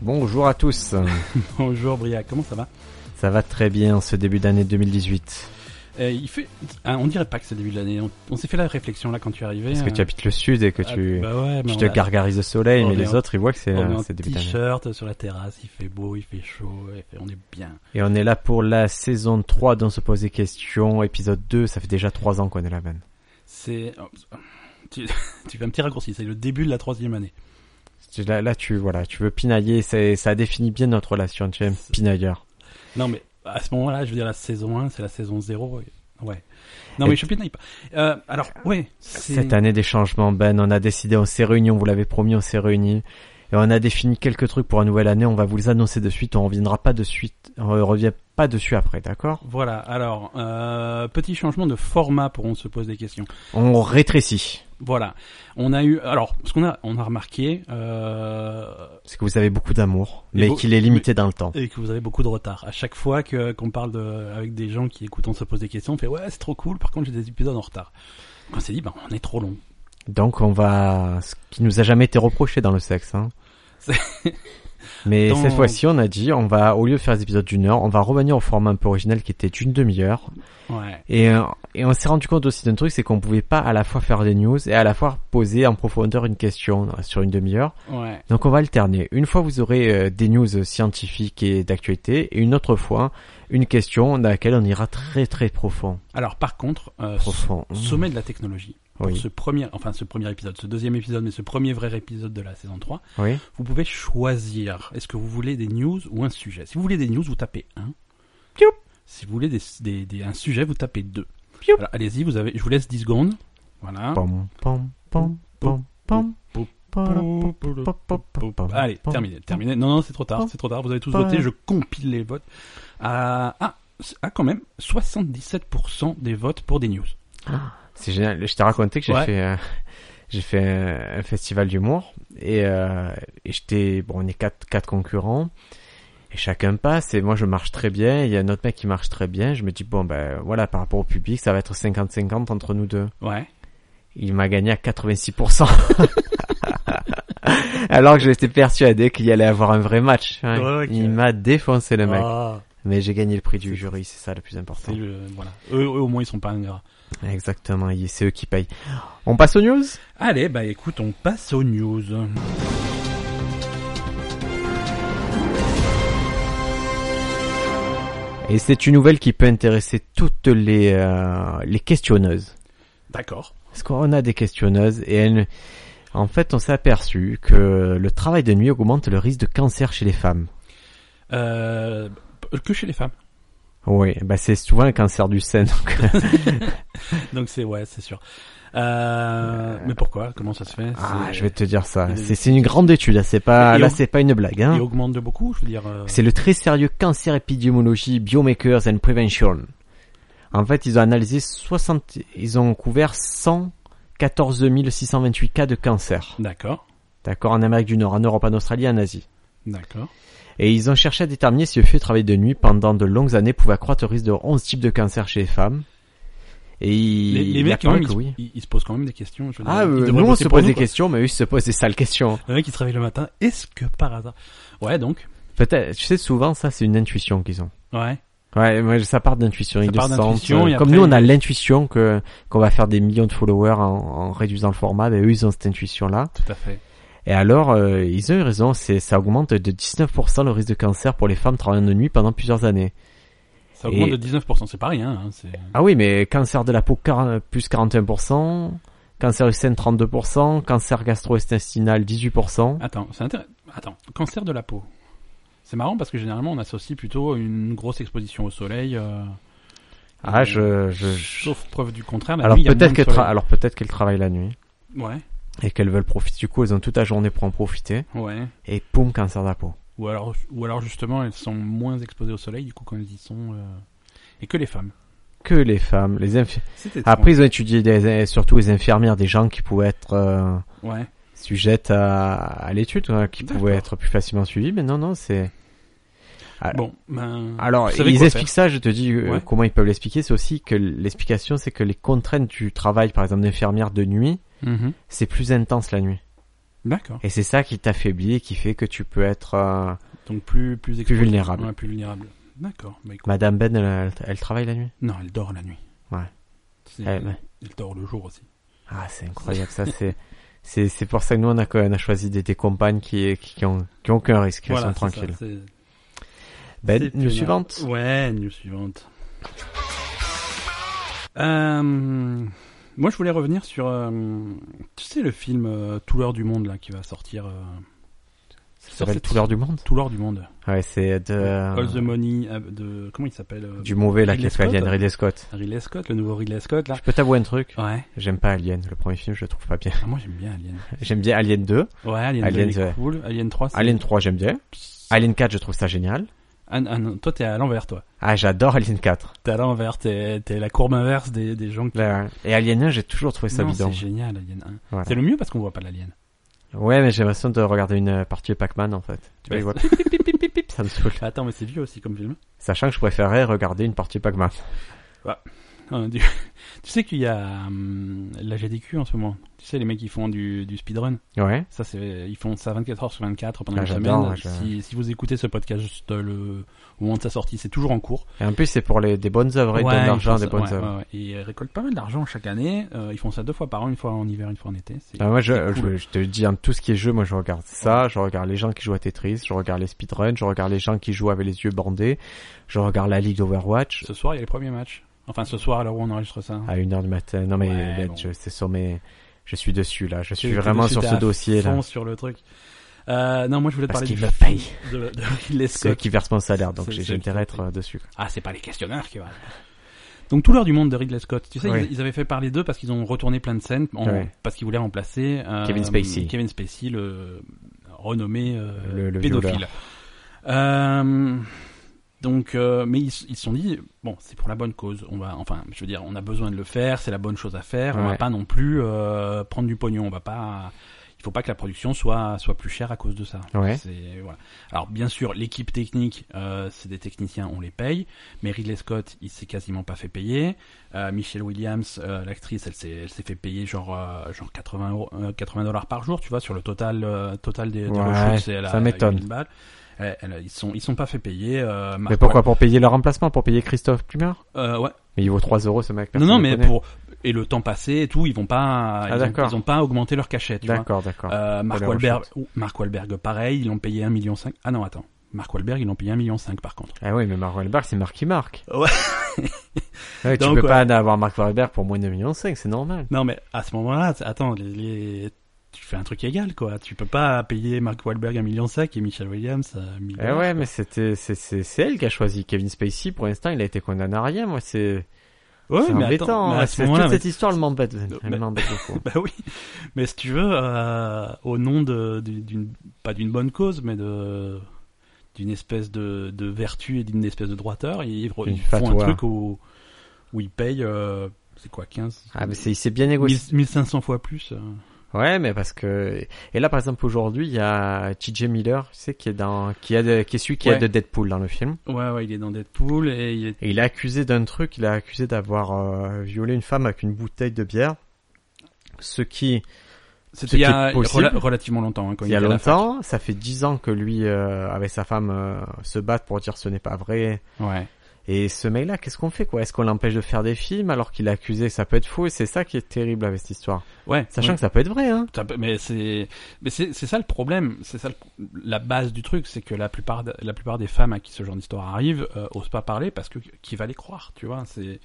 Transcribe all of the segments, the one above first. Bonjour à tous. Bonjour Briac, comment ça va Ça va très bien ce début d'année 2018. Euh, il fait... ah, On dirait pas que c'est début de l'année. On, on s'est fait la réflexion là quand tu es arrivé. Parce que tu euh, habites le sud et que ah, tu, bah ouais, mais tu on te a- gargarises au soleil, on mais est les en- autres ils voient que c'est on est euh, en c'est début d'année. t-shirt sur la terrasse, il fait beau, il fait chaud, il fait- on est bien. Et on est là pour la saison 3 dont se poser question, épisode 2, ça fait déjà 3 ans qu'on est là Ben. même. C'est. oh, tu... tu fais un petit raccourci, c'est le début de la troisième année. C'est- Là, là tu voilà, tu veux pinailler, c'est- ça définit bien notre relation, tu es un pinailleur. Non mais à ce moment-là, je veux dire la saison 1, c'est la saison 0. et- Ouais. Non mais Et- je pinaille pas. Euh, alors, ouais. c'est- Cette année des changements, Ben, on a décidé, on s'est réunis, on vous l'avait promis, on s'est réunis. Et on a défini quelques trucs pour la nouvelle année, on va vous les annoncer de suite, on reviendra pas de suite, on revient pas dessus après, d'accord Voilà, alors, euh, petit changement de format pour On se pose des questions. On rétrécit. Voilà, on a eu, alors, ce qu'on a, on a remarqué, euh, Parce que vous avez beaucoup d'amour, Et mais beau- qu'il est limité dans le temps. et que vous avez beaucoup de retard. À chaque fois que qu'on parle de, avec des gens qui écoutent On se pose des questions, on fait ouais, c'est trop cool, par contre j'ai des épisodes en retard. Donc, On s'est dit, ben, on est trop long. Donc on va... Ce qui nous a jamais été reproché dans le sexe. Hein. C'est- Mais Dans- cette fois-ci, on a dit, on va, au lieu de faire des épisodes d'une heure, on va revenir au format un peu original qui était d'une demi-heure. Ouais, Et, euh, et on s'est rendu compte aussi d'un truc, c'est qu'on pouvait pas à la fois faire des news et à la fois poser en profondeur une question euh, sur une demi-heure. ouais, Donc on va alterner. Une fois, vous aurez euh, des news scientifiques et d'actualité, et une autre fois, une question dans laquelle on ira très très profond. Alors, par contre, euh, Profond. s- sommet de la technologie. Pour Oui. ce premier, enfin ce premier épisode, ce deuxième épisode, mais ce premier vrai épisode de la saison 3, Oui. vous pouvez choisir est-ce que vous voulez des news ou un sujet. Si vous voulez des news, vous tapez 1. Piou. Si vous voulez des, des- des- un sujet, vous tapez 2. Piou. Alors allez-y, vous avez, je vous laisse 10 secondes. Voilà. Pom, pom, pom, pom, pom, pou- para, pom, pom, pom, pom, pom, Allez, pom. terminé, terminé. Non, non, c'est trop tard, c'est trop tard. Vous avez tous voté, je compile les votes. Ah, ah, c'est- ah, quand même, 77% des votes pour des news. C'est génial. Je t'ai raconté que j'ai Ouais. fait, euh, j'ai fait un, un festival d'humour et, euh, et j'étais, bon, on est quatre, quatre concurrents et chacun passe et moi je marche très bien. Il y a un autre mec qui marche très bien. Je me dis bon ben voilà par rapport au public ça va être 50-50 entre nous deux. Ouais. Il m'a gagné à 86%. Alors que j'étais persuadé qu'il allait avoir un vrai match. hein. Ok. Il m'a défoncé le mec. Ah, Mais j'ai gagné le prix du jury, c'est ça le plus c'est important. le- voilà. Eux, eux, au moins, ils sont pas ingrats. Exactement, il- c'est eux qui payent. On passe aux news Allez, bah écoute, on passe aux news. Et c'est une nouvelle qui peut intéresser toutes les, euh, les questionneuses. D'accord. Parce qu'on a des questionneuses et elles... ne- En fait, on s'est aperçu que le travail de nuit augmente le risque de cancer chez les femmes. Euh, que chez les femmes. Oui, bah c'est souvent un cancer du sein. donc, Donc c'est ouais, c'est sûr. Euh, mais pourquoi Comment ça se fait ah, C'est- je vais te dire ça. Et- C'est c'est une grande étude, là, c'est pas, Et là on- c'est pas une blague. Il Hein. augmente de beaucoup, je veux dire. euh, C'est le très sérieux Cancer Epidemiology Biomakers and Prevention. En fait, ils ont analysé 60, ils ont couvert 114 628 cas de cancer. D'accord, D'accord, en Amérique du Nord, en Europe, en Australie, en Asie. d'accord. Et ils ont cherché à déterminer si le fait de travailler de nuit pendant de longues années pouvait accroître le risque de 11 types de cancers chez les femmes. Et il, Les, les il mecs quand apparaît même, que ils, oui. ils- ils se posent quand même des questions. Je veux dire, Ah, ils euh, devraient nous on bosser se pour pose des quoi. questions, mais eux ils se posent des sales questions. Le mec qui se réveille le matin, est-ce que par hasard Ouais, donc. Peut-être, tu sais, souvent ça c'est une intuition qu'ils ont. Ouais. Ouais, moi, ça part d'intuition. Ça Ils le part sentent. d'intuition, et Comme après, nous, on ils- a l'intuition que qu'on va faire des millions de followers en, en réduisant le format, ben eux, ils ont cette intuition-là. Tout à fait. Et alors, euh, ils ont eu raison. C'est ça augmente de 19% le risque de cancer pour les femmes travaillant de nuit pendant plusieurs années. Ça augmente Et- de 19%, c'est pas rien. Hein, c'est- Ah oui, mais cancer de la peau quar- plus 41%, cancer du sein 32%, cancer gastro-intestinal 18%. Attends, c'est intéressant. Attends, cancer de la peau. C'est marrant parce que généralement on associe plutôt une grosse exposition au soleil. euh, Ah, euh, je, je, je- Sauf preuve du contraire. la alors nuit, il y a peut-être moins de qu'elles tra- soleil. alors peut-être qu'elles travaillent la nuit Ouais, et qu'elles veulent profiter. Du coup, elles ont toute la journée pour en profiter. ouais. Et poum, cancer de la peau. Ou alors, ou alors justement, elles sont moins exposées au soleil, du coup, quand elles y sont. euh, Et que les femmes. que les femmes, les infi- C'était Ah, Après, ils ont étudié des- euh, surtout les infirmières, des gens qui pouvaient être euh, Ouais. sujettes à, à l'étude, hein, qui D'accord. pouvaient être plus facilement suivies. Mais non, non, c'est. Ah. Bon, ben. Alors, vous savez ils quoi expliquent ça. Je te dis euh, Ouais. comment ils peuvent l'expliquer. C'est aussi que l'explication, c'est que les contraintes du travail, par exemple d'infirmière de nuit, faire. Mhm. c'est plus intense la nuit. D'accord. Et c'est ça qui t'affaiblit et qui fait que tu peux être... euh, Donc plus plus, Plus vulnérable. Ouais, plus vulnérable. D'accord. Bah, écoute, Madame Ben, elle, elle- elle travaille la nuit Non, elle dort la nuit. Ouais. C'est- Elle- ouais. Elle dort le jour aussi. Ah, c'est incroyable, ça c'est... C'est, c'est pour ça que nous on a, on a choisi des, des compagnes qui, qui, qui ont, qui ont aucun risque, qui Voilà, sont c'est ça, tranquilles. c'est- ben, C'est une une- suivante. Ouais, news suivante. Euh, moi, je voulais revenir sur, euh, tu sais, le film euh, Tout l'heure du monde là qui va sortir. euh, Ça s'appelle Tout l'heure du monde. Tout l'heure du monde. Ouais, c'est All the de, Money euh, de comment il s'appelle euh, du mauvais là qui Ridley a fait Alien, Scott. Ridley Scott. Ridley Scott, le nouveau Ridley Scott là. Je peux t'avouer un truc. Ouais. J'aime pas Alien, le premier film, je le trouve pas bien. Ah, moi, j'aime bien Alien. J'aime bien Alien 2. Ouais, Alien, Alien, 2 est ouais. cool. Alien 3. c'est- Alien 3, j'aime bien. Alien 4, je trouve ça génial. Ah, ah, non, toi, t'es à l'envers, toi. Ah, j'adore Alien 4. T'es à l'envers, t'es t'es la courbe inverse des, des gens qui. Là, Et Alien 1, j'ai toujours trouvé ça Non, bidon. c'est génial, Alien 1. Voilà. C'est le mieux parce qu'on voit pas l'alien. Ouais, mais j'ai l'impression de regarder une euh, partie de Pac-Man en fait. Tu vois, Ouais. il voit pip, pip, pip, pip, pip, ça me saoule. Attends, mais c'est vieux aussi comme film. Sachant que je préférais regarder une partie de Pac-Man. Ah, du- tu sais qu'il y a hum, la GDQ en ce moment. Tu sais, les mecs qui font du, du speedrun. Ouais. Ça, c'est, ils font ça 24 heures sur 24 pendant Ah, une j'adore, semaine. ouais, je- Si, si vous écoutez ce podcast euh, le, au moment de sa sortie, c'est toujours en cours. Et en plus, c'est pour les, des bonnes œuvres, ils Ouais, donnent ils l'argent font à des ça- bonnes ouais, œuvres. ouais, ouais. Et ils récoltent pas mal d'argent chaque année. Euh, ils font ça deux fois par an, une fois en hiver, une fois en été. C'est- Ah, moi, je, c'est cool. je, je te dis, en tout ce qui est jeu, moi, je regarde ça, je regarde les gens qui jouent à Tetris, je regarde les speedruns, je regarde les gens qui jouent avec les yeux bandés, je regarde la ligue d'Overwatch Ce soir, il y a les premiers matchs. Enfin, ce soir, à l'heure où on enregistre ça. à 1h du matin. Non, mais Ouais, Ben, bon. je, c'est sur mes, je suis dessus, là. Je Tu- suis t'es vraiment dessus, sur t'es ce à dossier-là. fond sur le truc. Euh, non, moi je voulais te Parce parler qu'il du me film paye. de, de Ridley C'est eux Scott. qui verse mon salaire, donc C'est- j'ai c'est j'ai le intérêt à être truc. euh, dessus. quoi. Ah, c'est pas les questionnaires qui va. Donc tout l'heure du monde de Ridley Scott. Tu sais, Oui. ils, ils avaient fait parler d'eux parce qu'ils ont retourné plein de scènes en- Ouais. parce qu'ils voulaient remplacer euh, Kevin Spacey. Kevin Spacey, le renommé euh, Le- le pédophile. violeur. Euh, donc, euh, mais ils s- ils se sont dit bon, c'est pour la bonne cause. On va, enfin, je veux dire, on a besoin de le faire, c'est la bonne chose à faire. On va Ouais. pas non plus euh, prendre du pognon. On va pas. Il faut pas que la production soit soit plus chère à cause de ça. Ouais. C'est- voilà. Alors bien sûr, l'équipe technique, euh, c'est des techniciens, on les paye. Mais Ridley Scott, il s'est quasiment pas fait payer. Euh, Michelle Williams, euh, l'actrice, elle s'est elle s'est fait payer genre euh, genre 80 euros- euh, 80 dollars par jour, tu vois, sur le total euh, total des, des Ouais, reshoots, c'est la- ça m'étonne. une balle. Elle- elle- ils sont ils sont pas fait payer. euh, Mark Mais pourquoi Pour payer leur remplacement Pour payer Christophe Plumard Wahl- euh, ouais. Mais il vaut 3 euros ce mec. Non personne non le mais connaît. Ah, pour et le temps passé et tout, ils vont pas ils, ont- d'accord. ils ont pas augmenté leur cachet, tu vois. D'accord, d'accord. Euh, Mark Pas les Wahlberg, ou- Mark Wahlberg, pareil, ils l'ont payé 1,5 million. Ah non, attends. Mark Wahlberg, ils l'ont payé 1,5 million par contre. Ah oui, mais Mark Wahlberg, c'est Marky Mark. Ouais. Ouais, tu Donc, peux ouais. pas avoir Mark Wahlberg pour moins de 1,5 million, c'est normal. Non, mais à ce moment-là, t- attends, les, les- tu fais un truc égal, quoi. Tu peux pas payer Mark Wahlberg 1,5 million et Michelle Williams 1 million. Eh ouais, mais c'était, c'est, c'est, c'est elle qui a choisi Kevin Spacey. Pour l'instant, il a été condamné à rien. Moi, c'est, Ouais, c'est mais embêtant. attends, mais hein. à ce C'est- moment-là, toute mais- cette histoire, le m'embête. Elle Mais- m'embête beaucoup. bah oui. Mais si tu veux, euh, au nom de, du- d'une, pas d'une bonne cause, mais de, d'une espèce de, de vertu et d'une espèce de droiteur, ils, ils Une font un fatwa. truc où, où ils payent, euh, c'est quoi, 15? Ah, mais c'est, il s'est bien négocié. 1500 fois plus. euh. Ouais, mais parce que, et là, par exemple, aujourd'hui, il y a TJ Miller, tu sais, qui est dans, qui a de- qui est celui qui Ouais. a de Deadpool dans le film. Ouais, ouais, il est dans Deadpool et il est. Et il est accusé d'un truc, il est accusé d'avoir euh, violé une femme avec une bouteille de bière. Ce qui, C'était il y a qui est possible. rela- relativement longtemps. hein, quand il y a était à la fac. longtemps, ça fait dix ans que lui, euh, avec sa femme, euh, se battent pour dire ce n'est pas vrai. Ouais. Et ce mec-là, qu'est-ce qu'on fait, quoi Est-ce qu'on l'empêche de faire des films alors qu'il est accusé que ça peut être faux Et c'est ça qui est terrible avec cette histoire. Ouais. Sachant ouais. que ça peut être vrai, hein Ça peut- Mais c'est, mais c'est, c'est ça le problème. C'est ça le- la base du truc, c'est que la plupart, de- la plupart des femmes à qui ce genre d'histoire arrive euh, osent pas parler parce que qui va les croire, tu vois. C'est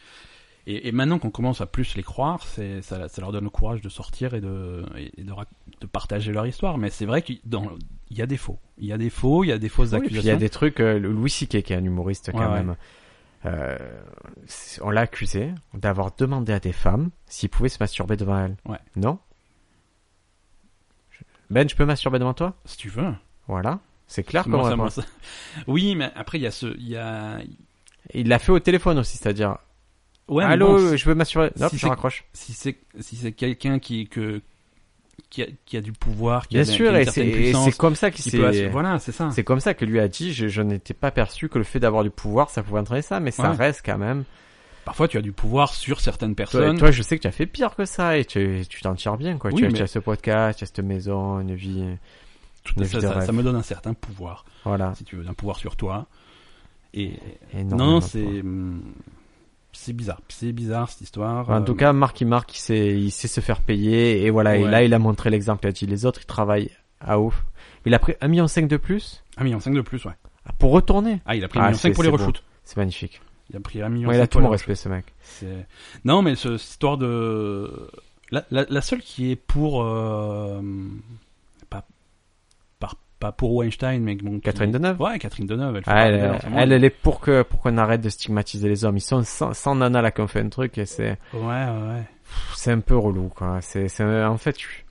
et, et maintenant qu'on commence à plus les croire, c'est ça, ça leur donne le courage de sortir et de et de, rac- de partager leur histoire. Mais c'est vrai qu'il dans- il y a des faux, il y a des faux, il y a des fausses Oui, puis il y accusations. a des trucs, euh, Louis C.K. qui est un humoriste quand Ouais, ouais. même, euh, c'est- on l'a accusé d'avoir demandé à des femmes s'ils pouvaient se masturber devant elles. Ouais. Non Je- Ben, je peux masturber devant toi Si tu veux. hein. Voilà. C'est clair Moi, comment ça me- Oui, mais après il y a ce, il y a, Il l'a fait au téléphone aussi, c'est-à-dire ouais, mais Allô, bon, je veux m'assurer. si Hop, je c'est- raccroche. si c'est si c'est quelqu'un qui que qui a, qui a du pouvoir, qui Bien a, qui sûr, a une et c'est certaine et c'est puissance, comme ça qu'il qui peut assu- s'est. voilà, c'est ça. C'est comme ça que lui a dit. Je, je n'étais pas perçu que le fait d'avoir du pouvoir, ça pouvait entraîner ça, mais ça Ouais. reste quand même. parfois tu as du pouvoir sur certaines Toi, personnes. toi, je sais que tu as fait pire que ça et tu tu t'en tires bien, quoi. Oui, tu, as, mais- tu as ce podcast, tu as cette maison, une vie. Tout- Mais je ça, te ça- rêve. ça me donne un certain pouvoir, Voilà. si tu veux, un pouvoir sur toi. Et non, Énormément non, de points. c'est hum, c'est bizarre, c'est bizarre cette histoire. En Euh, tout cas, Marc, il marque, il sait, il sait se faire payer. Et voilà, et Ouais. là, il a montré l'exemple. Il a dit les autres, ils travaillent à ouf. Il a pris 1,5 million de plus 1,5 million de plus, ouais. pour retourner. Ah, il a pris 1,5 Ah, million c'est- pour les c'est beau. reshoots. C'est magnifique. Il a pris 1,5 million Ouais, il a pour tout les mon reshoots. respect, ce mec. C'est- Non, mais ce- cette histoire de. La, la- la seule qui est pour. euh, Pas, par- pas pour Weinstein, mais bon. qui- Catherine Deneuve. Ouais, Catherine Deneuve, elle fait Ah, parler elle, d'elle en elle, ce moment. elle est pour que pour qu'on arrête de stigmatiser les hommes. Ils sont sans, sans nana là qu'on fait un truc et c'est Ouais, ouais, ouais. pff, c'est un peu relou quoi. C'est c'est un- en fait tu-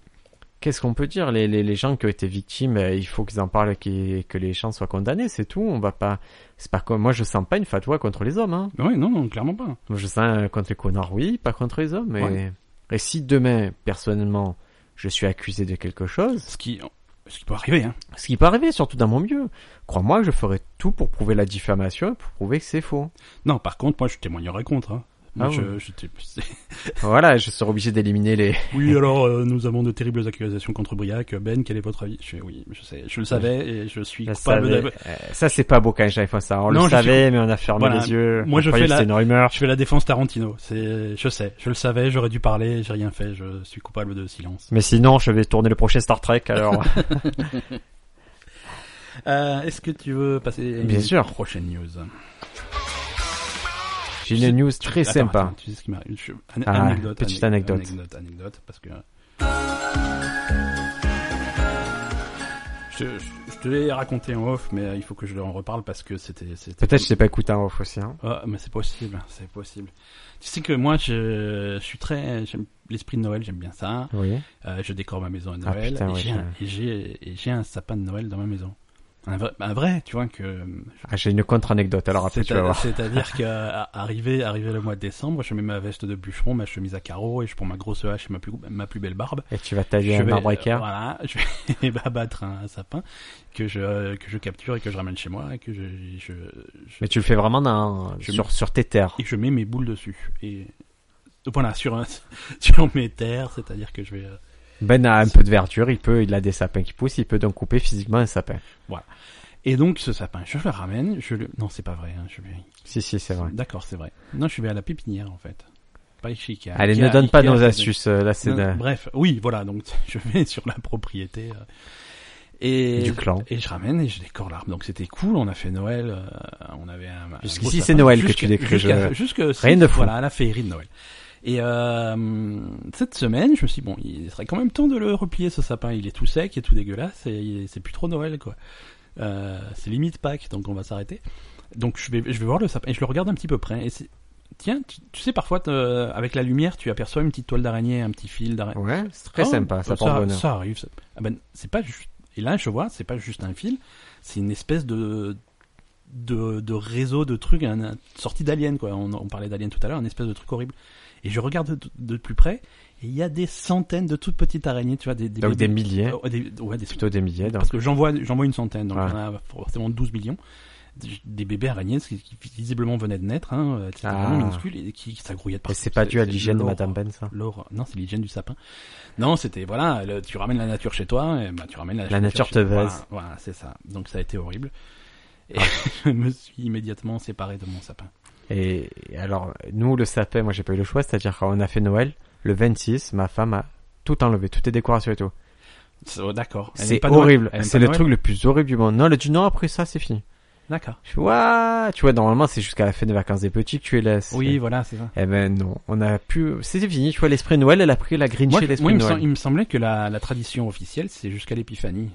qu'est-ce qu'on peut dire les, les les gens qui ont été victimes, euh, il faut qu'ils en parlent, qu'ils- que les gens soient condamnés, c'est tout. On va pas c'est pas comme moi je sens pas une fatwa contre les hommes. Hein. Mais ouais, non, non, clairement pas. Moi, Je sens euh, contre les connards oui, pas contre les hommes. Et, Ouais. et si demain personnellement je suis accusé de quelque chose, Ce qui, ce qui peut arriver, hein. ce qui peut arriver surtout dans mon milieu, crois-moi je ferai tout pour prouver la diffamation, pour prouver que c'est faux. Non, par contre, moi, je témoignerai contre, hein. Moi, Ah je, ouais. je t'ai- Voilà, je serai obligé d'éliminer les. oui, alors euh, nous avons de terribles accusations contre Briac. Ben, quel est votre avis je, fais, Oui, je sais, je le savais et je suis Je coupable. savais. d'avoir- Euh, Ça, c'est pas beau quand les gens ils font ça. On Non, le je savait, mais on a fermé Voilà. les yeux. Moi, On je croyait fais que la- C'était une rumeur. Je fais la défense Tarantino. C'est, je sais, je le savais, j'aurais dû parler, j'ai rien fait, je suis coupable de silence. Mais sinon, je vais tourner le prochain Star Trek, alors. Euh, est-ce que tu veux passer à Bien une sûr. prochaine news J'ai une news très Attends, sympa. attends, tu sais ce qui m'arrive je- an- Ah, anecdote, petite ane- anecdote. anecdote, anecdote, parce que je, je- je te l'ai raconté en off, mais euh, il faut que je en reparle parce que c'était, c'était Peut-être je t'ai pas écouté en off aussi, hein. Ah, mais c'est possible, c'est possible. Tu sais que moi, je, je suis très, j'aime l'esprit de Noël, j'aime bien ça. Oui. Euh, je décore ma maison à Ah, Noël putain, et ouais, j'ai ça- un- et j'ai et j'ai un sapin de Noël dans ma maison. Un vrai, un vrai tu vois que. Ah, j'ai une contre-anecdote, alors après, C'est tu vas à- voir. C'est-à-dire qu'arrivé arrivé le mois de décembre, je mets ma veste de bûcheron, ma chemise à carreaux et je prends ma grosse hache et ma plus ma plus belle barbe. Et tu vas Je tailler un vais- arbre euh, équerre. Voilà, je vais abattre un sapin que je que je capture et que je ramène chez moi et que je je, je- Mais tu le fais vraiment dans, Je- sur, sur tes terres. et je mets mes boules dessus et voilà sur un- sur mes terres, c'est-à-dire que je vais euh, Ben a un peu de verdure, il peut, il a des sapins qui poussent, il peut donc couper physiquement un sapin. et donc ce sapin, je le ramène, je le non c'est pas vrai, hein, je vais Si, si, c'est vrai. D'accord, c'est vrai. Non, je vais à la pépinière en fait. Pas chez Ikea. Allez, Ikea- ne donne pas Ikea, nos c'est- astuces, euh, là, c'est Non, de- Bref, oui, voilà, donc je vais sur la propriété. euh, Et, du clan. et je ramène et je décore l'arbre. Donc c'était cool, on a fait Noël, euh, on avait un... un Jusqu'ici, beau c'est sapin. Noël que Jusque- tu décris, jusqu'à- je- jusque- Rien de fou. Voilà, la féerie de Noël. Et euh, cette semaine, je me suis dit, bon, il serait quand même temps de le replier ce sapin. Il est tout sec et tout dégueulasse et il- c'est plus trop Noël, quoi. Euh, c'est limite Pâques, donc on va s'arrêter. Donc je vais, je vais voir le sapin et je le regarde un petit peu près. Et c'est- tiens, tu, tu sais, parfois, t'as- avec la lumière, tu aperçois une petite toile d'araignée, un petit fil d'araignée. Ouais, c'est très Oh, sympa, ça porte bonheur. Ça arrive. ça- Ah ben, c'est pas juste. Et là, je vois, c'est pas juste un fil, c'est une espèce de de, de réseau de trucs, un, un- sorti d'Alien quoi. On, on parlait d'Alien tout à l'heure, un espèce de truc horrible. Et je regarde de, de plus près, et il y a des centaines de toutes petites araignées, tu vois, des, des Donc Ah des bébés- milliers, Oh, des- ouais, des- plutôt des milliers. donc. parce que j'en vois, j'en vois une centaine, donc Ouais. il y en a forcément 12 millions. Des- Des bébés araignées qui, qui visiblement venaient de naître, hein, euh, qui étaient Ah. vraiment minuscules et qui, qui ça grouillait de Et partout. c'est pas dû à l'hygiène de l'horreur. Madame Ben, ça. L'or, non, c'est l'hygiène du sapin. Non, c'était voilà, le- tu ramènes la nature chez toi, et, bah, tu ramènes la, nature chez- te Voilà, vase. Ah. voilà, c'est ça. Donc ça a été horrible. Et je me suis immédiatement séparé de mon sapin. Et alors, nous, le sapin, moi, j'ai pas eu le choix, c'est-à-dire qu'on a fait Noël, le 26, ma femme a tout enlevé, toutes les décorations et tout. C'est- oh, D'accord. Elle aime C'est pas Noël. horrible, Elle aime c'est pas le Noël. truc le plus horrible du monde. Non, elle a dit non, après ça, c'est fini. D'accord. Je fais, Ouah tu vois, normalement, c'est jusqu'à la fin des vacances des petits que tu les laisses. Oui, voilà, c'est ça. Eh ben non, on a pu, c'était fini, tu vois, l'esprit Noël, elle a pris la green Moi, chez je- l'esprit moi, il, me Noël. sem- il me semblait que la, la tradition officielle, c'est jusqu'à l'épiphanie.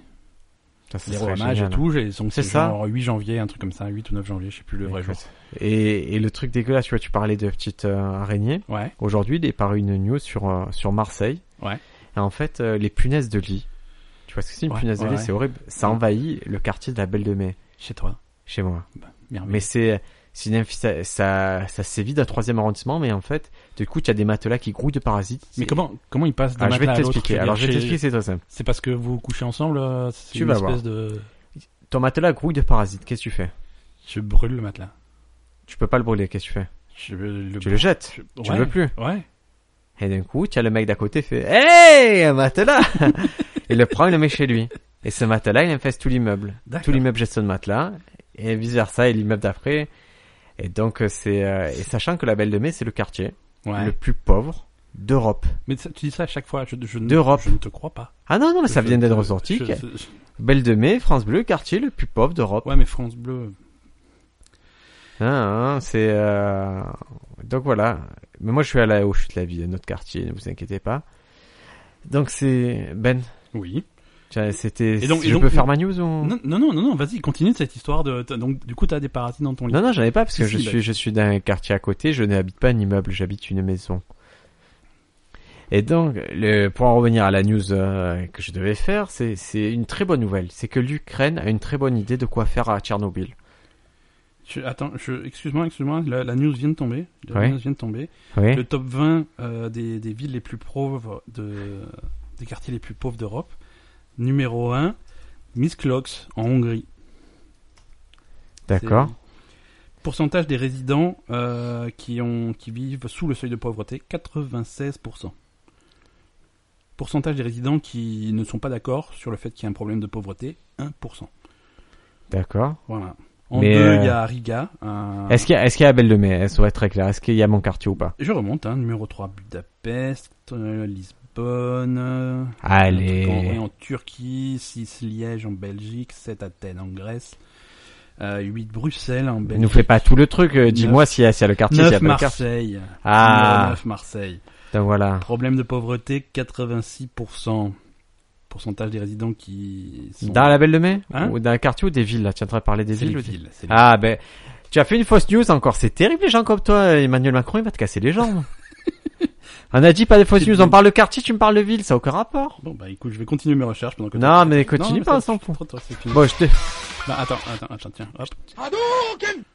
Ça, ça Les serait romages et génial. hein. tout, j'ai- donc c'est C'est ça. genre 8 janvier, un truc comme ça, 8 ou 9 janvier, je sais plus le vrai jour. Écoute. Et, et le truc dégueulasse, tu vois, tu parlais de petites euh, araignées. Ouais, Aujourd'hui, il est paru une news sur, euh, sur Marseille. Ouais. Et en fait, euh, les punaises de lit. Tu vois ce que c'est une Ouais, punaise de ouais, lit ouais. C'est horrible. Ça Ouais. envahit le quartier de la Belle de Mai, chez toi. chez moi. Ah Merde. Mais c'est. c'est une infi- Ça, ça, ça sévit d'un troisième arrondissement, mais en fait, du coup, tu as des matelas qui grouillent de parasites. Mais comment, comment il passe d'un Ah, Je vais matelas à l'autre t'expliquer. C'est-à-dire Alors, je vais chez- t'expliquer, c'est très simple. C'est parce que vous couchez ensemble, euh, c'est Tu une vas espèce de... Ton matelas grouille de parasites, qu'est-ce que tu fais Je brûle le matelas. Tu peux pas le brûler, qu'est-ce que tu fais Je le... Tu le jettes. je- Tu ouais, le veux plus. Ouais. Et d'un coup, tu as le mec d'à côté fait Hey, un matelas Il le prend, il le met chez lui. Et ce matelas, il infeste tout l'immeuble. Tout D'accord. l'immeuble jette son matelas. Et vice versa, et l'immeuble d'après. Et donc, euh, c'est. euh, et sachant que la Belle de Mai, c'est le quartier Ouais. le plus pauvre d'Europe. Mais ça- tu dis ça à chaque fois. Je, je, ne- D'Europe. Je ne te crois pas. Ah non, non, mais ça Je- vient je- d'être ressorti. je- que- je- Belle de Mai, France Bleu, quartier le plus pauvre d'Europe. Ouais, mais France Bleu. Hein, hein, c'est. euh, Donc voilà. Mais moi, je suis allé la, au Chute la Vie, notre quartier, ne vous inquiétez pas. Donc c'est. Ben, Oui. tiens, c'était. Et donc- et je donc- peux faire ma news ou. Non, non, non, non, non, vas-y, continue cette histoire de. t'as- Donc, du coup, t'as des parasites dans ton lit. Non, non, j'en ai pas parce que Si, je si, suis, je suis d'un quartier à côté, je n'habite pas un immeuble, j'habite une maison. Et donc, le, pour en revenir à la news euh, que je devais faire, c'est, c'est une très bonne nouvelle. C'est que l'Ukraine a une très bonne idée de quoi faire à Tchernobyl. Je- attends, je, excuse-moi, excuse-moi, la, la news vient de tomber. La Ouais. news vient de tomber. Oui. Le top 20 euh, des, des villes les plus pauvres, de, des quartiers les plus pauvres d'Europe. Numéro 1, Misklocks, en Hongrie. D'accord. C'est- Pourcentage des résidents euh, qui, ont, qui vivent sous le seuil de pauvreté, 96%. Pourcentage des résidents qui ne sont pas d'accord sur le fait qu'il y a un problème de pauvreté, 1%. D'accord. Voilà. En Mais, deux, il y euh, a Riga. un- Est-ce qu'il y a, est-ce qu'il y a Belle de Mai Ça va être très clair. Est-ce qu'il y a mon quartier ou pas Je remonte, hein, numéro 3, Budapest, euh, Lisbonne. euh, En, Allez. en Turquie, 6 Liège en Belgique, 7 Athènes en Grèce, euh, 8 Bruxelles en Belgique. Ne nous fais pas tout le truc. euh, Dis-moi s'il y, a- s'il y a le quartier, s'il y a 9 pas le quartier. Marseille. Ah. 9 Marseille. Donc voilà. Problème de pauvreté, 86%. Pourcentage des résidents qui sont... Dans la Belle de Mai Hein Ou dans un quartier ou des villes là Tu es en train de parler des C'est villes les ou des- villes, c'est les- Ah ben, tu as fait une fausse news encore, c'est terrible les gens comme toi, Emmanuel Macron, il va te casser les jambes. on a dit pas des fausses C'est news, bien. on parle de quartier, tu me parles de ville, ça a aucun rapport. Bon, bah écoute, je vais continuer mes recherches pendant que... Non mais Non, continue mais pas, on ça- s'en fout. trop tard, c'est fini. Bon, je te, Bah, attends, attends, attends, tiens, hop.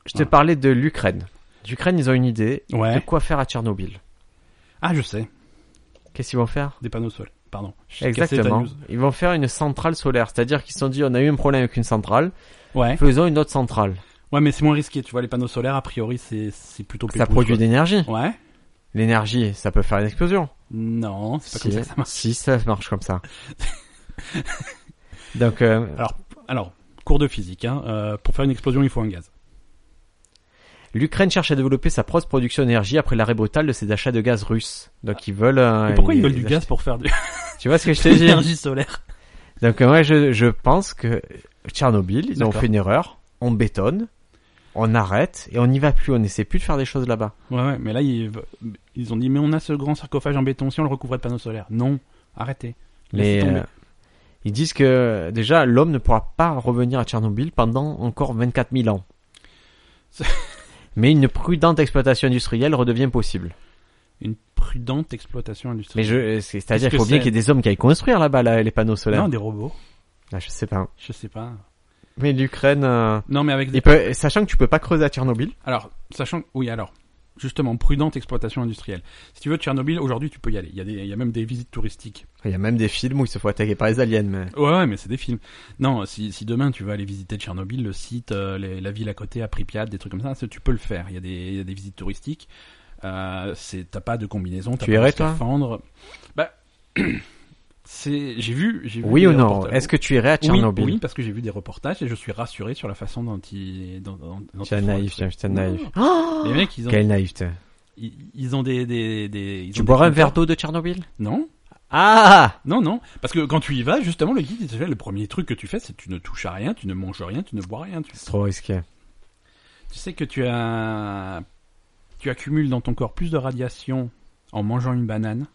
je te parlais de l'Ukraine. L'Ukraine, ils ont une idée de Ah. Ouais. quoi faire à Tchernobyl. Ah, je sais, Qu'est-ce qu'ils vont faire des panneaux solaires. Pardon. Je suis cassé ta Exactement. news. Ils vont faire une centrale solaire, c'est-à-dire qu'ils se sont dit on a eu un problème avec une centrale, Ouais. faisons une autre centrale. Ouais, mais c'est moins risqué, tu vois, les panneaux solaires, a priori, c'est c'est plutôt Ça pépouze, produit de l'énergie. quoi. Ouais. L'énergie, ça peut faire une explosion. Non, c'est pas comme ça que ça marche. Si, ça marche comme ça. Donc, euh, Alors, cours de physique, hein, euh, pour faire une explosion, il faut un gaz. L'Ukraine cherche à développer sa propre production d'énergie après l'arrêt brutal de ses achats de gaz russes. Donc ils veulent. euh, Mais pourquoi ils veulent les du gaz acheter. pour faire de Tu vois ce que je te dis l'énergie solaire Donc euh, moi je, je pense que Tchernobyl, ils ont D'accord. fait une erreur. On bétonne, on arrête et on n'y va plus. On n'essaie plus de faire des choses là-bas. Ouais, ouais, mais là, ils, ils ont dit, mais on a ce grand sarcophage en béton, si on le recouvrait de panneaux solaires. Non, arrêtez. Laissez Mais tomber. euh, ils disent que déjà l'homme ne pourra pas revenir à Tchernobyl pendant encore 24 000 ans. C'est- Mais une prudente exploitation industrielle redevient possible. Une prudente exploitation Mais industrielle. je, c'est- c'est-à-dire Qu'est-ce qu'il faut que bien c'est qu'il y ait des hommes qui aillent construire là-bas là, les panneaux solaires. Non, des robots, Ah, je sais pas. je sais pas. Mais l'Ukraine. euh, Non, mais avec des... Il peut- sachant que tu peux pas creuser à Tchernobyl. Alors, sachant... Oui, alors, justement, prudente exploitation industrielle. Si tu veux, Tchernobyl, aujourd'hui, tu peux y aller. Il y, a des- il y a même des visites touristiques. Il y a même des films où ils se font attaquer par les aliens, mais. Ouais, ouais, mais c'est des films. Non, si, si demain tu vas aller visiter Tchernobyl, le site, euh, les- la ville à côté, à Pripyat, des trucs comme ça, ça, tu peux le faire. Il y a des, il y a des visites touristiques. Euh, c'est- t'as pas de combinaison, t'as Tu pas irais, de scaphandre. Bah, c'est, j'ai vu, j'ai vu. Oui des ou non reportages. Est-ce que tu irais à Oui, Tchernobyl Oui, parce que j'ai vu des reportages et je suis rassuré sur la façon dont ils, dont, dont- dont Tiens, ils font le naïf, tiens, truc. tiens, naïf. Oh Non, Les mecs, ils ont, Quelle naïveté. ils, ils ont des, des, des- ils Tu ont des boirais un compteurs. verre d'eau de Tchernobyl Non. Ah Non, non, parce que quand tu y vas, justement, le guide, il te fait, le premier truc que tu fais, c'est que tu ne touches à rien, tu ne manges rien, tu ne bois rien. Tu, C'est trop risqué. tu sais que tu as, tu accumules dans ton corps plus de radiation en mangeant une banane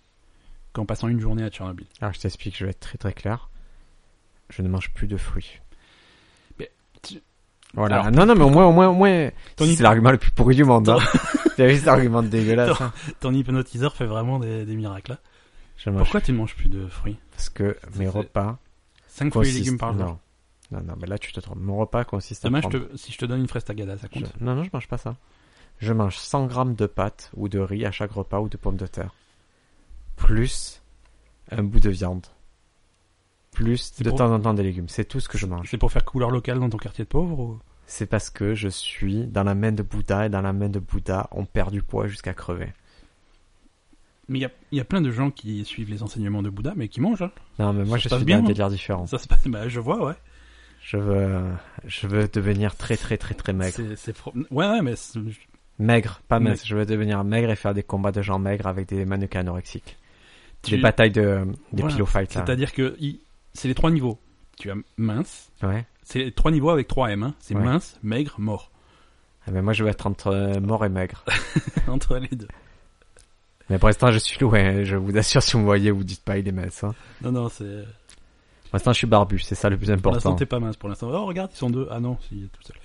qu'en passant une journée à Tchernobyl. Alors je t'explique, je vais être très très clair. Je ne mange plus de fruits. Mais tu- Voilà. Alors, non, non, mais au moins, au moins, au moins. Ton, C'est hyp- l'argument le plus pourri du monde. Hein. J'avais cet argument dégueulasse. hein. ton hypnotiseur fait vraiment des, des miracles. hein. là. Je mange Pourquoi tu ne manges plus de fruits parce que mes c'est- repas 5 fruits et légumes consistent. par jour. Non. non, non, mais là tu te trompes. Mon repas consiste à Dommage, prendre- je te- si je te donne une fraise tagada, ça compte. Je- Non, non, je mange pas ça. Je mange 100 grammes de pâtes ou de riz à chaque repas ou de pommes de terre. Plus un bout de viande. Plus de pour- temps en temps des légumes. C'est tout ce que je mange. C'est pour faire couleur locale dans ton quartier de pauvre ou... c'est parce que je suis dans la main de Bouddha et dans la main de Bouddha, on perd du poids jusqu'à crever. Mais il y a, il y a plein de gens qui suivent les enseignements de Bouddha, mais qui mangent. hein. Non, mais moi Ça je suis se passe bien, dans un hein. délire différent. Ça se passe, bah, je vois, ouais. Je veux, je veux devenir très très très très maigre. C'est, c'est pro- Ouais, ouais, mais c'est- Maigre, pas mince. Maigre. Je veux devenir maigre et faire des combats de gens maigres avec des mannequins anorexiques. tu- Des batailles de, des Voilà. pillow fights là. c'est-à-dire que il- c'est les trois niveaux. Tu as mince, Ouais. c'est les trois niveaux avec trois M. hein. C'est Ouais. mince, maigre, mort. Ah, mais moi je veux être entre euh, mort et maigre. Entre les deux. mais pour l'instant je suis loin. Je vous assure si vous me voyez, vous dites pas il est mince. hein. Non, non, c'est. Pour l'instant je suis barbu, c'est ça le plus Pour l'instant, important. t'es pas mince pour l'instant. Oh, regarde, ils sont deux. Ah non, si, il est tout seul.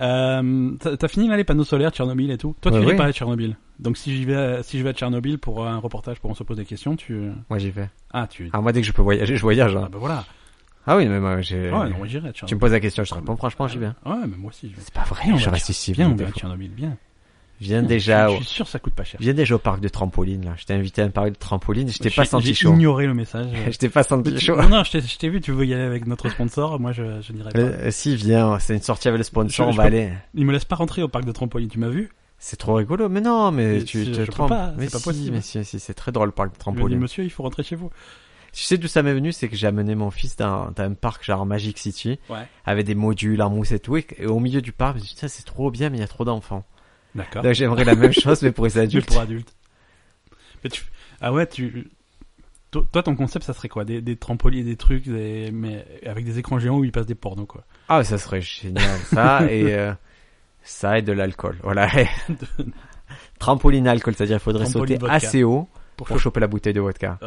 Euh, t'as- T'as fini là les panneaux solaires, Tchernobyl et tout. Toi, tu Ouais, irais ouais. pas à Tchernobyl. Donc, si j'y vais, à- si je vais à Tchernobyl pour un reportage pour on se pose des questions, tu. Moi j'y vais. Ah, tu. Ah moi dès que je peux voyager, je voyage. Ah, hein. bah voilà. Ah oui, mais moi j'ai. Ouais, non, j'irai à tu me Tchernobyl. poses la question, je te réponds franchement j'y vais. Ouais, mais moi aussi, je vais. C'est pas vrai, Bien, on je va reste faire- ici. Bien, vous on me va à défendez. Tchernobyl, bien. Viens Bien, déjà au... Je suis sûr que ça coûte pas cher. Viens déjà au parc de trampoline là. Je t'ai invité à un parc de trampoline, je t'ai Je pas suis- senti j'ai chaud. ignoré le message. Je t'ai pas Mais senti tu- chaud. Non, non, je t'ai- je t'ai vu, tu veux y aller avec notre sponsor, moi je, je n'irai pas. Euh, euh, si, viens, c'est une sortie avec le sponsor, Je- on je va peux- aller. Il me laisse pas rentrer au parc de trampoline, tu m'as vu C'est trop rigolo, mais non, mais Mais tu si, te je peux trompes. pas, mais c'est pas si, possible. Mais si, si, c'est très drôle le parc de Il m'a dit, trampoline. monsieur, il faut rentrer chez vous. Tu sais d'où ça m'est venu, c'est que j'ai amené mon fils dans, dans un parc genre Magic City, Ouais. avec des modules en mousse et tout, et, et au milieu du parc, je me suis dit, Tiens, c'est trop bien, mais il y a trop d'enfants. D'accord. Donc j'aimerais la même chose, mais pour les Ah. Mais adultes. pour adultes. Mais tu... Ah ouais, tu... to- Toi, ton concept, ça serait quoi des, des trampolines, des trucs, des... mais avec des écrans géants où ils passent des pornos, quoi. Ah, ça serait génial, ça, et euh, ça et de l'alcool. Voilà. Trampoline alcool, c'est-à-dire il faudrait Trampoline sauter vodka. assez haut Pour pour choper la bouteille de vodka.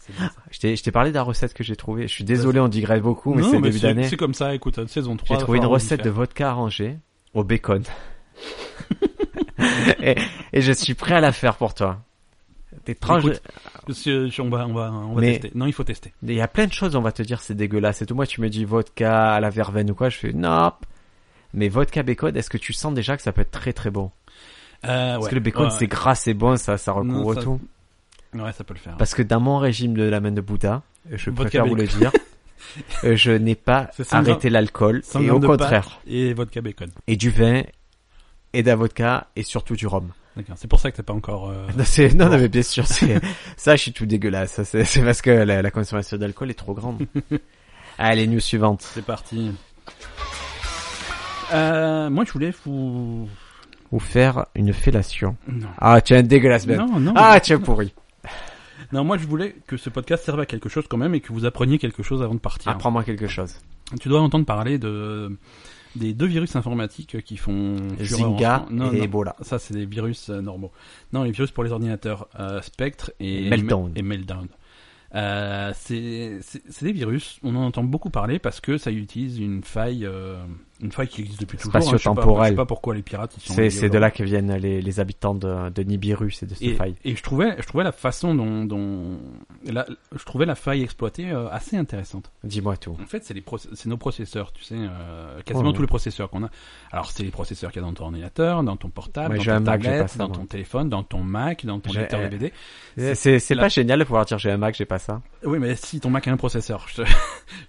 C'est bien, ça. Je t'ai je t'ai parlé de la recette que j'ai trouvée. Je suis désolé, on digresse beaucoup, mais Non, c'est début d'année. c'est comme ça, écoute, hein, saison 3. J'ai va trouvé une falloir recette de modifier. vodka arrangée au bacon. et, et je suis prêt à la faire pour toi. T'es tranche- Écoute, Monsieur, je- on va, on va, on va Mais- tester. Non, il faut tester. Il y a plein de choses, on va te dire, c'est dégueulasse. Et tout, moi, tu me dis vodka à la verveine ou quoi, je fais non. Mais vodka bacon, est-ce que tu sens déjà que ça peut être très très bon Euh, Parce ouais. que le bacon, Ouais, c'est gras, c'est bon, ça, ça recouvre ça- tout. Ouais, ça peut le faire. Parce que dans mon régime de la main de Bouddha, je Vodka préfère vous le dire, euh, je n'ai pas C'est 100 arrêté l'alcool. 100 Et grammes au de contraire, Et vodka bacon. et du vin, et de la vodka, et surtout du rhum. D'accord. C'est pour ça que t'as pas encore. euh, Non, c'est- non, non, Bon. mais bien sûr, c'est, ça, je suis tout dégueulasse. Ça, C'est c'est parce que la, la consommation d'alcool est trop grande. Allez, news suivante. C'est parti. Euh, moi, je voulais fou. Ou faire une fellation. Non. Ah, tiens, dégueulasse, Ben. Non, non. Ah, tiens, pourri. Non, moi, je voulais que ce podcast serve à quelque chose quand même et que vous appreniez quelque chose avant de partir. Apprends-moi quelque chose. Tu dois entendre parler de des deux virus informatiques qui font fureur en ce Zinga moment. Non, et non. Ebola. Ça, c'est des virus euh, normaux. Non, les virus pour les ordinateurs, euh, Spectre et Meltdown. Et Meltdown. Euh, c'est c'est- c'est des virus, on en entend beaucoup parler parce que ça utilise une faille, euh, une faille qui existe depuis toujours. hein. Je sais pas- Spatio-temporelle. Je sais pas pourquoi les pirates. ils sont C'est, liés c'est au- de là que viennent les, les habitants de, de Nibiru, c'est de cette et, faille. et je trouvais, je trouvais la façon dont, dont la- je trouvais la faille exploitée euh, assez intéressante. Dis-moi tout. En fait, c'est les proce- c'est nos processeurs, tu sais, euh, quasiment Ouais. tous les processeurs qu'on a. Alors, c'est les processeurs qu'il y a dans ton ordinateur, dans ton portable, Ouais, dans j'ai ta un Mac, j'ai tablette, pas ça, dans moi. ton téléphone, dans ton Mac, dans ton J'ai- lecteur euh, DVD. C'est, c'est, la- pas génial de pouvoir dire j'ai un Mac, j'ai pas ça. Oui, mais si ton Mac a un processeur, je te, je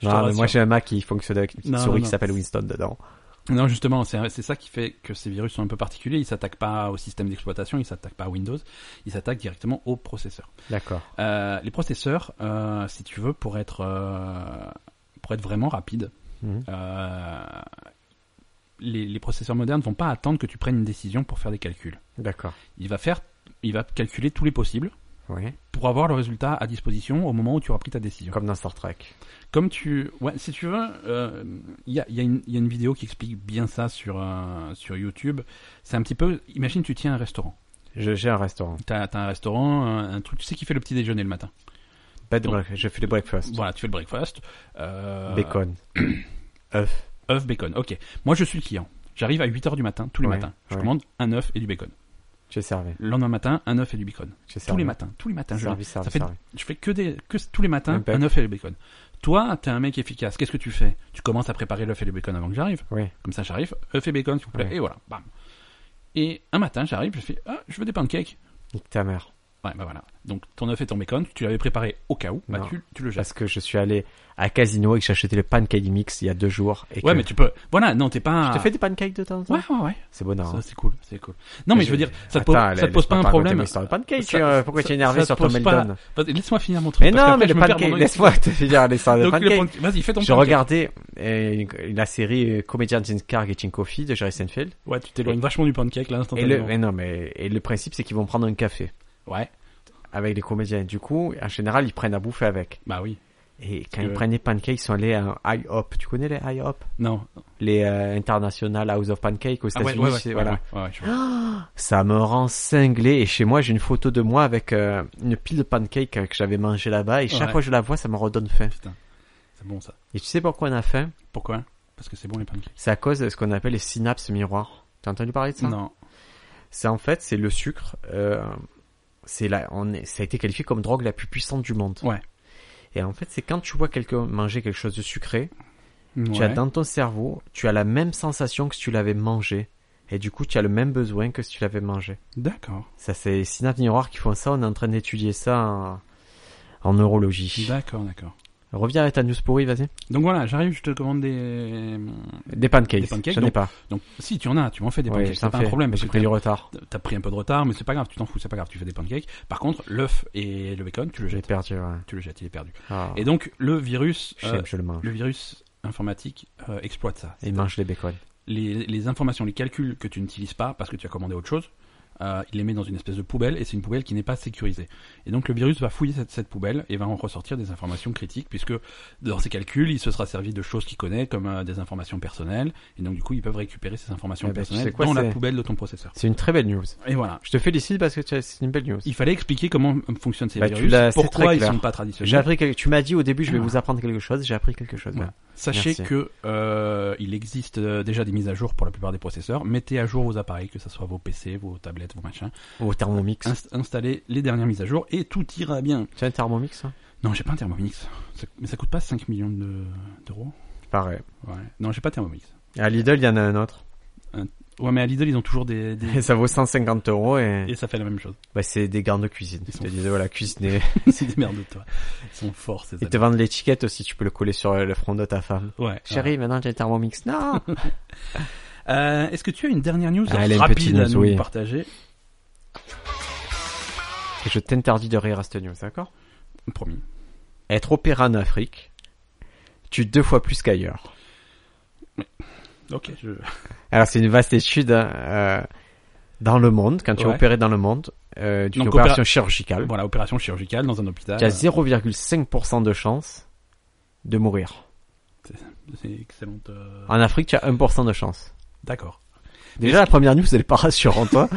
te Non, Ah, mais rassure. moi j'ai un Mac qui fonctionne avec une petite Non, non, souris non. qui s'appelle Winston dedans. Non, justement, c'est c'est ça qui fait que ces virus sont un peu particuliers. Ils s'attaquent pas au système d'exploitation, ils s'attaquent pas à Windows, ils s'attaquent directement au processeur. D'accord. Euh, les processeurs, euh, si tu veux, pour être euh, pour être vraiment rapide, Mhm. euh, les, les processeurs modernes vont pas attendre que tu prennes une décision pour faire des calculs. D'accord. Il va faire, il va calculer tous les possibles Oui. pour avoir le résultat à disposition au moment où tu auras pris ta décision. Comme dans Star Trek. Comme tu, ouais, si tu veux, euh, il y, a, il y a une- il y a une vidéo qui explique bien ça sur euh, sur YouTube. C'est un petit peu, imagine tu tiens un restaurant. Je, j'ai un restaurant. T'as as un restaurant, un, un truc, tu sais qui fait le petit déjeuner le matin. Bed Donc- break- je fais le breakfast. Voilà, tu fais le breakfast. Euh, Bacon. œuf. œuf bacon. Ok. Moi je suis le client. J'arrive à 8 heures du matin tous les Ouais, matins. Je ouais. commande un œuf et du bacon. Tu es servi. Le lendemain matin, un œuf et du bacon. Tu es Tous servi. les matins, tous les matins. Je, Servi, servi, ça fait- servi. je fais que des que tous les matins Impec. un œuf et du bacon. Toi, t'es un mec efficace. Qu'est-ce que tu fais Tu commences à préparer l'œuf et le bacon avant que j'arrive. Oui. Comme ça, j'arrive, œuf et bacon, s'il vous plaît. Ouais. Et voilà, bam. Et un matin, j'arrive, je fais, ah, je veux des pancakes. Nique ta mère. Ouais, bah voilà. Donc ton œuf et ton bacon, tu l'avais préparé au cas où, bah Non. tu, tu le jettes. Parce que je suis allé à Casino et que j'ai acheté le pancake mix il y a deux jours. Et Ouais, que... mais tu peux. Voilà, non, t'es pas. Je t'ai fait des pancakes de temps en temps Ouais, ouais, ouais. C'est hein. bon, Ça, non c'est cool, c'est cool. Non, mais je veux dire, ça te, pose- ça te pose pas un problème. Histoire de pancake, Ça- euh, pourquoi ça- tu es énervé ça te sur ton pose pas- Meldon Vas-y, Laisse-moi finir mon truc. Mais parce non, qu'après, mais je le me perds pancake, pendant une- laisse-moi te dire l'histoire de Donc, le pancake. pan- Vas-y, fais ton Je pancake. regardais euh, la série euh, Comedians in Car Getting Coffee de Jerry Seinfeld. Ouais, tu t'éloignes vachement du pancake Et là le, instantanément. mais non, mais, et le principe, c'est qu'ils vont prendre un café Ouais, avec les comédiens. Du coup, en général, ils prennent à bouffer avec. bah oui. Et quand que- ils prennent les pancakes, ils sont allés à un IHOP. Tu connais les IHOP Non. Les euh, International House of Pancakes aux Ah ouais, États-Unis. ouais, ouais, c'est- ouais, voilà. ouais, ouais, je vois. Ça me rend cinglé. Et chez moi, j'ai une photo de moi avec euh, une pile de pancakes euh, que j'avais mangé là-bas. Et chaque Ouais. fois que je la vois, ça me redonne faim. Putain, c'est bon ça. Et tu sais pourquoi on a faim Pourquoi Parce que c'est bon les pancakes. C'est à cause de ce qu'on appelle les synapses miroirs. T'as entendu parler de ça Non. C'est en fait, c'est le sucre. Euh, c'est la, on est, ça a été qualifié comme drogue la plus puissante du monde. Ouais. Et en fait, c'est quand tu vois quelqu'un manger quelque chose de sucré, tu Ouais. as dans ton cerveau, tu as la même sensation que si tu l'avais mangé. Et du coup, tu as le même besoin que si tu l'avais mangé. D'accord. Ça, c'est les synapses miroirs qui font ça. On est en train d'étudier ça en, en neurologie. D'accord, d'accord. Reviens avec ta news pourrie, vas-y. Donc voilà, j'arrive, je te commande des. Des pancakes. Des pancakes, J'en ai donc, pas. Donc si tu en as, tu m'en fais des Ouais, pancakes, j'en c'est pas fais, un problème. mais parce J'ai que pris du retard. t'as- T'as pris un peu de retard, mais c'est pas grave, tu t'en fous, c'est pas grave, tu fais des pancakes. Par contre, l'œuf et le bacon, tu le J'ai jettes. perdu, ouais. Tu le jettes, il est perdu. Ah, Et donc le virus, je, euh, l'aime, je le mange. le virus informatique euh, exploite ça. Il mange les bacon. les, les informations, les calculs que tu n'utilises pas parce que tu as commandé autre chose, euh, il les met dans une espèce de poubelle et c'est une poubelle qui n'est pas sécurisée. Et donc le virus va fouiller cette, cette poubelle et va en ressortir des informations critiques puisque dans ses calculs, il se sera servi de choses qu'il connaît comme euh, des informations personnelles et donc du coup ils peuvent récupérer ces informations Eh ben, tu personnelles sais quoi, dans la c'est- poubelle de ton processeur. C'est une très belle news. Et voilà. Je te félicite parce que tu as- c'est une belle news. Il fallait expliquer comment euh, fonctionnent ces Bah, tu l'as- virus, c'est très pourquoi ils clair. sont pas J'ai traditionnels. appris quelque... Tu m'as dit au début, je vais Ah. vous apprendre quelque chose. J'ai appris quelque chose. Ouais. ouais. Sachez Merci. que euh, il existe euh, déjà des mises à jour pour la plupart des processeurs. Mettez à jour vos appareils, que ce soit vos PC, vos tablettes, vos machins. Au Thermomix. Inst- installer les dernières mises à jour et tout ira bien. Tu as un Thermomix hein Non, j'ai pas un Thermomix. Ça- mais ça coûte pas 5 millions de- d'euros Pareil. Ouais. Non, j'ai pas Thermomix. À Lidl, il y en a un autre. Ouais, mais à Lidl, ils ont toujours des. des- Et ça vaut 150 euros et, et ça fait la même chose. bah, c'est des gants de cuisine. Ils Je sont te disais, voilà, cuisiner. c'est des merdes de toi. Ils sont forts, ces Ils te Allemands. vendent l'étiquette aussi. Tu peux le coller sur le front de ta femme. Ouais. Chérie, maintenant j'ai un Thermomix. Non ouais. Euh, Est-ce que tu as une dernière news Ah, elle a une petite rapide à news, nous oui. partager Je t'interdis de rire à cette news, d'accord Promis. Être opéra en Afrique tue deux fois plus qu'ailleurs. Ok, je. Alors, c'est une vaste étude hein, euh, dans le monde, quand tu Ouais. es opéré dans le monde, euh, d'une Donc, opération opéra- chirurgicale. Voilà, opération chirurgicale dans un hôpital. Tu as 0,5% de chance de mourir. C'est excellente. euh, En Afrique, tu as 1% de chance. D'accord. Déjà, la première news, elle est pas rassurante. hein.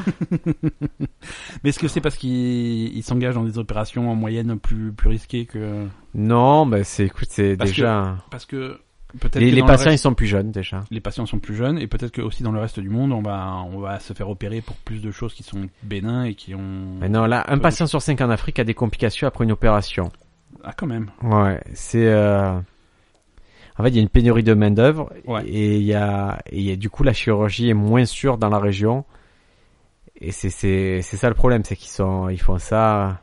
Mais est-ce que c'est parce qu'ils ils s'engagent dans des opérations en moyenne plus, plus risquées que. non, bah, c'est, écoute, c'est Parce déjà... Parce que. Peut-être Les, que les dans le patients, reste- Hmm. ils sont plus jeunes, déjà. les patients sont plus jeunes et peut-être que aussi dans le reste du monde on va on va se faire opérer pour plus de choses qui sont bénins et qui ont Mais non, là, un Peu- patient sur cinq en Afrique a des complications après une opération. ah quand même Ouais, c'est... euh, En fait, il y a une pénurie de main-d'œuvre. Ouais. Et il y a... Et il y a- du coup, la chirurgie est moins sûre dans la région. Et c'est, c'est, c'est ça le problème, c'est qu'ils sont... Ils font ça...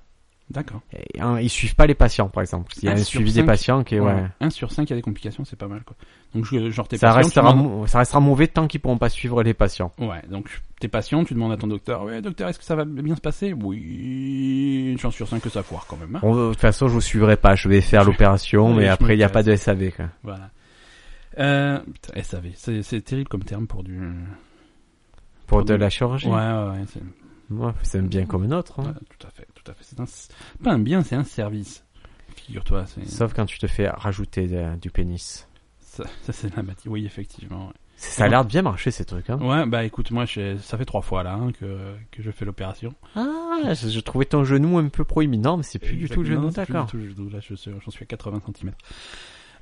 d'accord Et, hein, ils suivent pas les patients, par exemple. Il y a Un un Ah, sur suivi des cinq. patients qui est... ouais. 1 sur 5 il y a des complications c'est pas mal quoi donc je- genre tes ça patients restera, tu demandes- mou- ça restera mauvais tant qu'ils pourront pas suivre les patients. ouais donc tes patients tu demandes à ton docteur ouais docteur est-ce que ça va bien se passer oui une chance sur 5 que ça foire quand même hein. On- de toute façon, je vous suivrai pas. Je vais faire l'opération, Oui, mais je après, il n'y a pas m'intéresse. de SAV. Quoi. voilà euh, putain, SAV c'est c'est terrible comme terme pour du Pour Pour de nous. la ouais chirurgie. ouais, ouais c'est Ouais, c'est bien comme un autre. ouais, hein. tout à fait tout à fait c'est un s- pas un bien c'est un service figure-toi c'est Sauf quand tu te fais rajouter de- du pénis. ça, ça, c'est la matière oui effectivement ouais. Ça a l'air de bien marcher ces trucs. Hein. Ouais, bah écoute, moi, je- ça fait trois fois là hein, que, que je fais l'opération. Ah, je, je trouvais ton genou un peu proéminent, mais c'est plus du tout le Exactement, genou, c'est plus d'accord. du tout le genou, Là, je suis- j'en suis à 80 cm.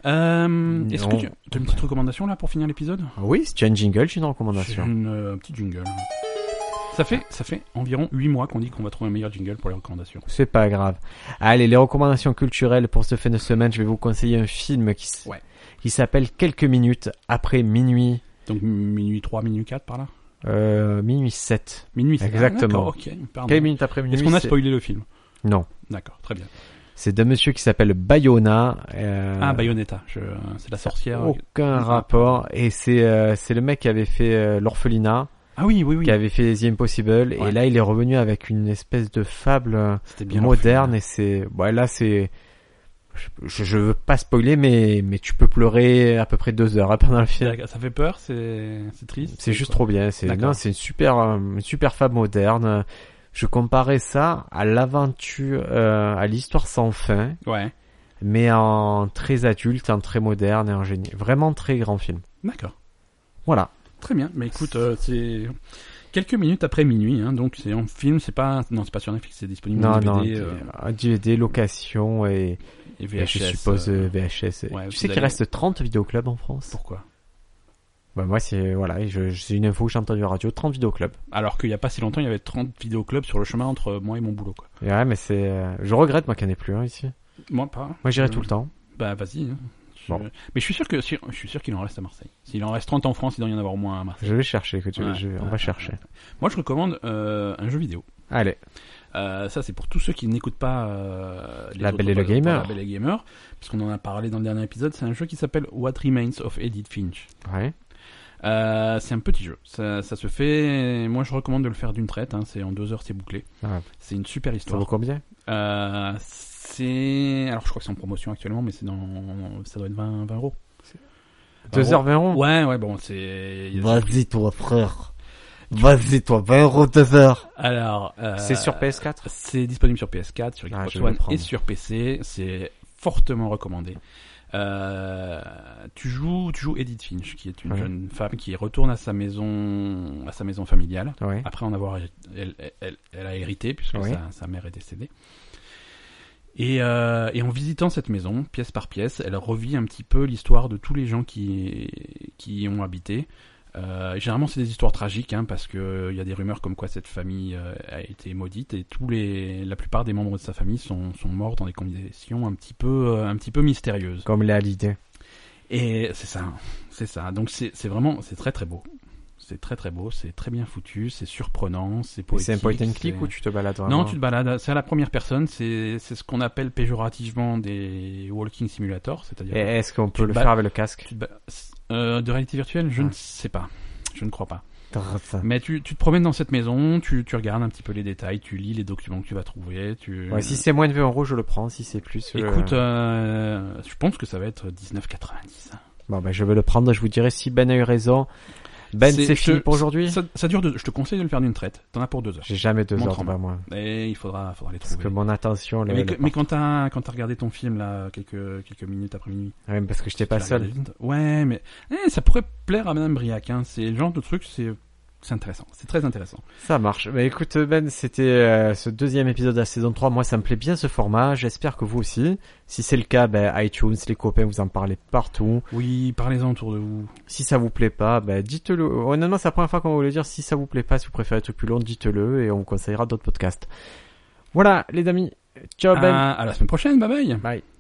Euh, Est-ce que Non. tu as une petite recommandation là pour finir l'épisode Oui, c'est un jingle, j'ai une J'ai recommandation. Une euh, petite jingle. Ça fait, ça fait environ 8 mois qu'on dit qu'on va trouver un meilleur jingle pour les recommandations. C'est pas grave. Allez, les recommandations culturelles pour ce fin de semaine, je vais vous conseiller un film qui, s- Ouais. qui s'appelle Quelques minutes après minuit. Donc minuit 3, minuit 4 par là euh, minuit 7. Minuit, c'est- Exactement. Ah, d'accord, ok, pardon. Quelle minute après minuit Est-ce qu'on a c'est- spoilé le film Non. D'accord, très bien. C'est d'un monsieur qui s'appelle Bayona. euh, Oh. Ah, Mm-hmm. Bayonetta, je... c'est la sorcière. Aucun rapport. Et c'est euh, c'est le mec qui avait fait euh, l'orphelinat, Ah oui, oui, oui. qui avait fait The Impossible. Ouais. Et là, il est revenu avec une espèce de fable euh, C'était bien moderne. Et c'est ouais, là, c'est je- je, je veux pas spoiler, mais mais tu peux pleurer à peu près deux heures hein, pendant le film. D'accord, Ça fait peur, c'est c'est triste. C'est juste quoi. trop bien. C'est D'accord. non, c'est une super, euh, une super fable moderne. Je comparais ça à l'aventure, euh, à l'histoire sans fin, Ouais, mais en très adulte, en très moderne et en génie. Vraiment très grand film. d'accord. Voilà. Très bien. Mais écoute, euh, c'est quelques minutes après minuit, hein, donc c'est en film, c'est pas non, c'est pas sur Netflix, c'est disponible Non, en non. DVD euh, un DVD, location et, et et je VHS, suppose euh, euh, VHS. ouais, vous tu sais qu'il allez- reste 30 vidéoclubs en France. Pourquoi Bah, moi, c'est voilà, et je, je- c'est une info que j'ai entendue à la radio. 30 vidéoclubs. Alors qu'il y a pas si longtemps, il y avait 30 vidéoclubs sur le chemin entre euh, moi et mon boulot. Quoi. Et ouais, mais c'est, euh, je regrette moi qu'il n'y en ait plus un ici. Moi pas. Moi, j'irai Je- tout le temps. Bah vas-y. hein. Je- Bon. Mais je suis sûr que si- je suis sûr qu'il en reste à Marseille. S'il en reste 30 en France, il doit y en avoir au moins à Marseille. Je vais chercher. Que tu, Ouais, je- on ouais, va ouais, chercher. ouais. Moi, je recommande euh, un jeu vidéo. Allez. Euh, ça, c'est pour tous ceux qui n'écoutent pas euh, les La autres Belle et le podcasts, Gamer. La Belle et le Gamer, puisqu'on en a parlé dans le dernier épisode. C'est un jeu qui s'appelle What Remains of Edith Finch. Ouais. Euh, c'est un petit jeu. Ça, ça se fait. Moi, je recommande de le faire d'une traite. hein. C'est en deux heures, c'est bouclé. Ah Ouais. C'est une super Ça histoire. vaut combien Euh, c'est. Alors, je crois que c'est en promotion actuellement, mais c'est dans. Ça doit être 20, 20 euros. 2h20 euros Ouais, ouais, bon, c'est. il y a- Vas-y toi frère. Vas-y toi, 20 euros deux heures. Alors. euh, C'est sur PS4 C'est disponible sur PS4, sur Ah, je Xbox vais le One et prendre. sur PC. C'est fortement recommandé. Euh, tu joues, tu joues Edith Finch, qui est une Ouais. jeune femme qui retourne à sa maison, à sa maison familiale. Ouais. Après en avoir, héri- elle, elle- elle a hérité puisque Ouais. sa, sa mère est décédée. Et, euh, et en visitant cette maison, pièce par pièce, elle revit un petit peu l'histoire de tous les gens qui, qui y ont habité. Euh, et généralement, c'est des histoires tragiques, hein, parce que euh, il y a des rumeurs comme quoi cette famille euh, a été maudite et tous les, la plupart des membres de sa famille sont, sont morts dans des conditions un petit peu, euh, un petit peu mystérieuses. Comme les Hallyday. Et c'est ça, c'est ça. Donc c'est c'est vraiment, c'est très très beau. C'est très très beau, c'est très bien foutu, c'est surprenant, c'est poétique. C'est un point and click c'est- ou tu hein. te balades vraiment Non, tu te balades, c'est à la première personne, c'est c'est ce qu'on appelle péjorativement des walking simulators, c'est-à-dire... Et est-ce qu'on peut te le ba- faire avec le casque tu te ba- euh, de réalité virtuelle, je ne Ouais. sais pas. Je ne crois pas. Drrrr. Mais tu, tu te promènes dans cette maison, tu, tu regardes un petit peu les détails, tu lis les documents que tu vas trouver, tu... Ouais, si c'est moins de 20 euros, je le prends. Si c'est plus, je... Écoute, euh, je pense que ça va être 19,90. bon, ben, je vais le prendre. Je vous dirai si Ben a eu raison. Ben, C'est- c'est fini je- pour aujourd'hui. Ça, ça dure deux, je te conseille de le faire d'une traite, t'en as pour deux heures. J'ai jamais deux Montre heures en devant moi. Et il faudra, faudra les Parce trouver. que mon attention, le- le- mais, que- mais quand t'as quand t'as regardé ton film là quelques quelques minutes après minuit. Ouais, Ah parce que j'étais pas tu l'as seul. regardé vite. Ouais, mais eh, ça pourrait plaire à Madame Briac. Hein. C'est le genre de truc, c'est c'est intéressant, c'est très intéressant. Ça marche. Mais écoute, Ben, c'était euh, ce deuxième épisode de la saison 3. Moi, ça me plaît bien ce format. J'espère que vous aussi. Si c'est le cas, ben, iTunes, les copains, vous en parlez partout. Oui, parlez-en autour de vous. Si ça vous plaît pas, ben, dites-le. Honnêtement, c'est la première fois qu'on va vous le dire. Si ça vous plaît pas, si vous préférez tout plus long, dites-le et on vous conseillera d'autres podcasts. Voilà, les amis. Ciao, Ben. Ah, À, à la semaine prochaine, bye bye. Bye.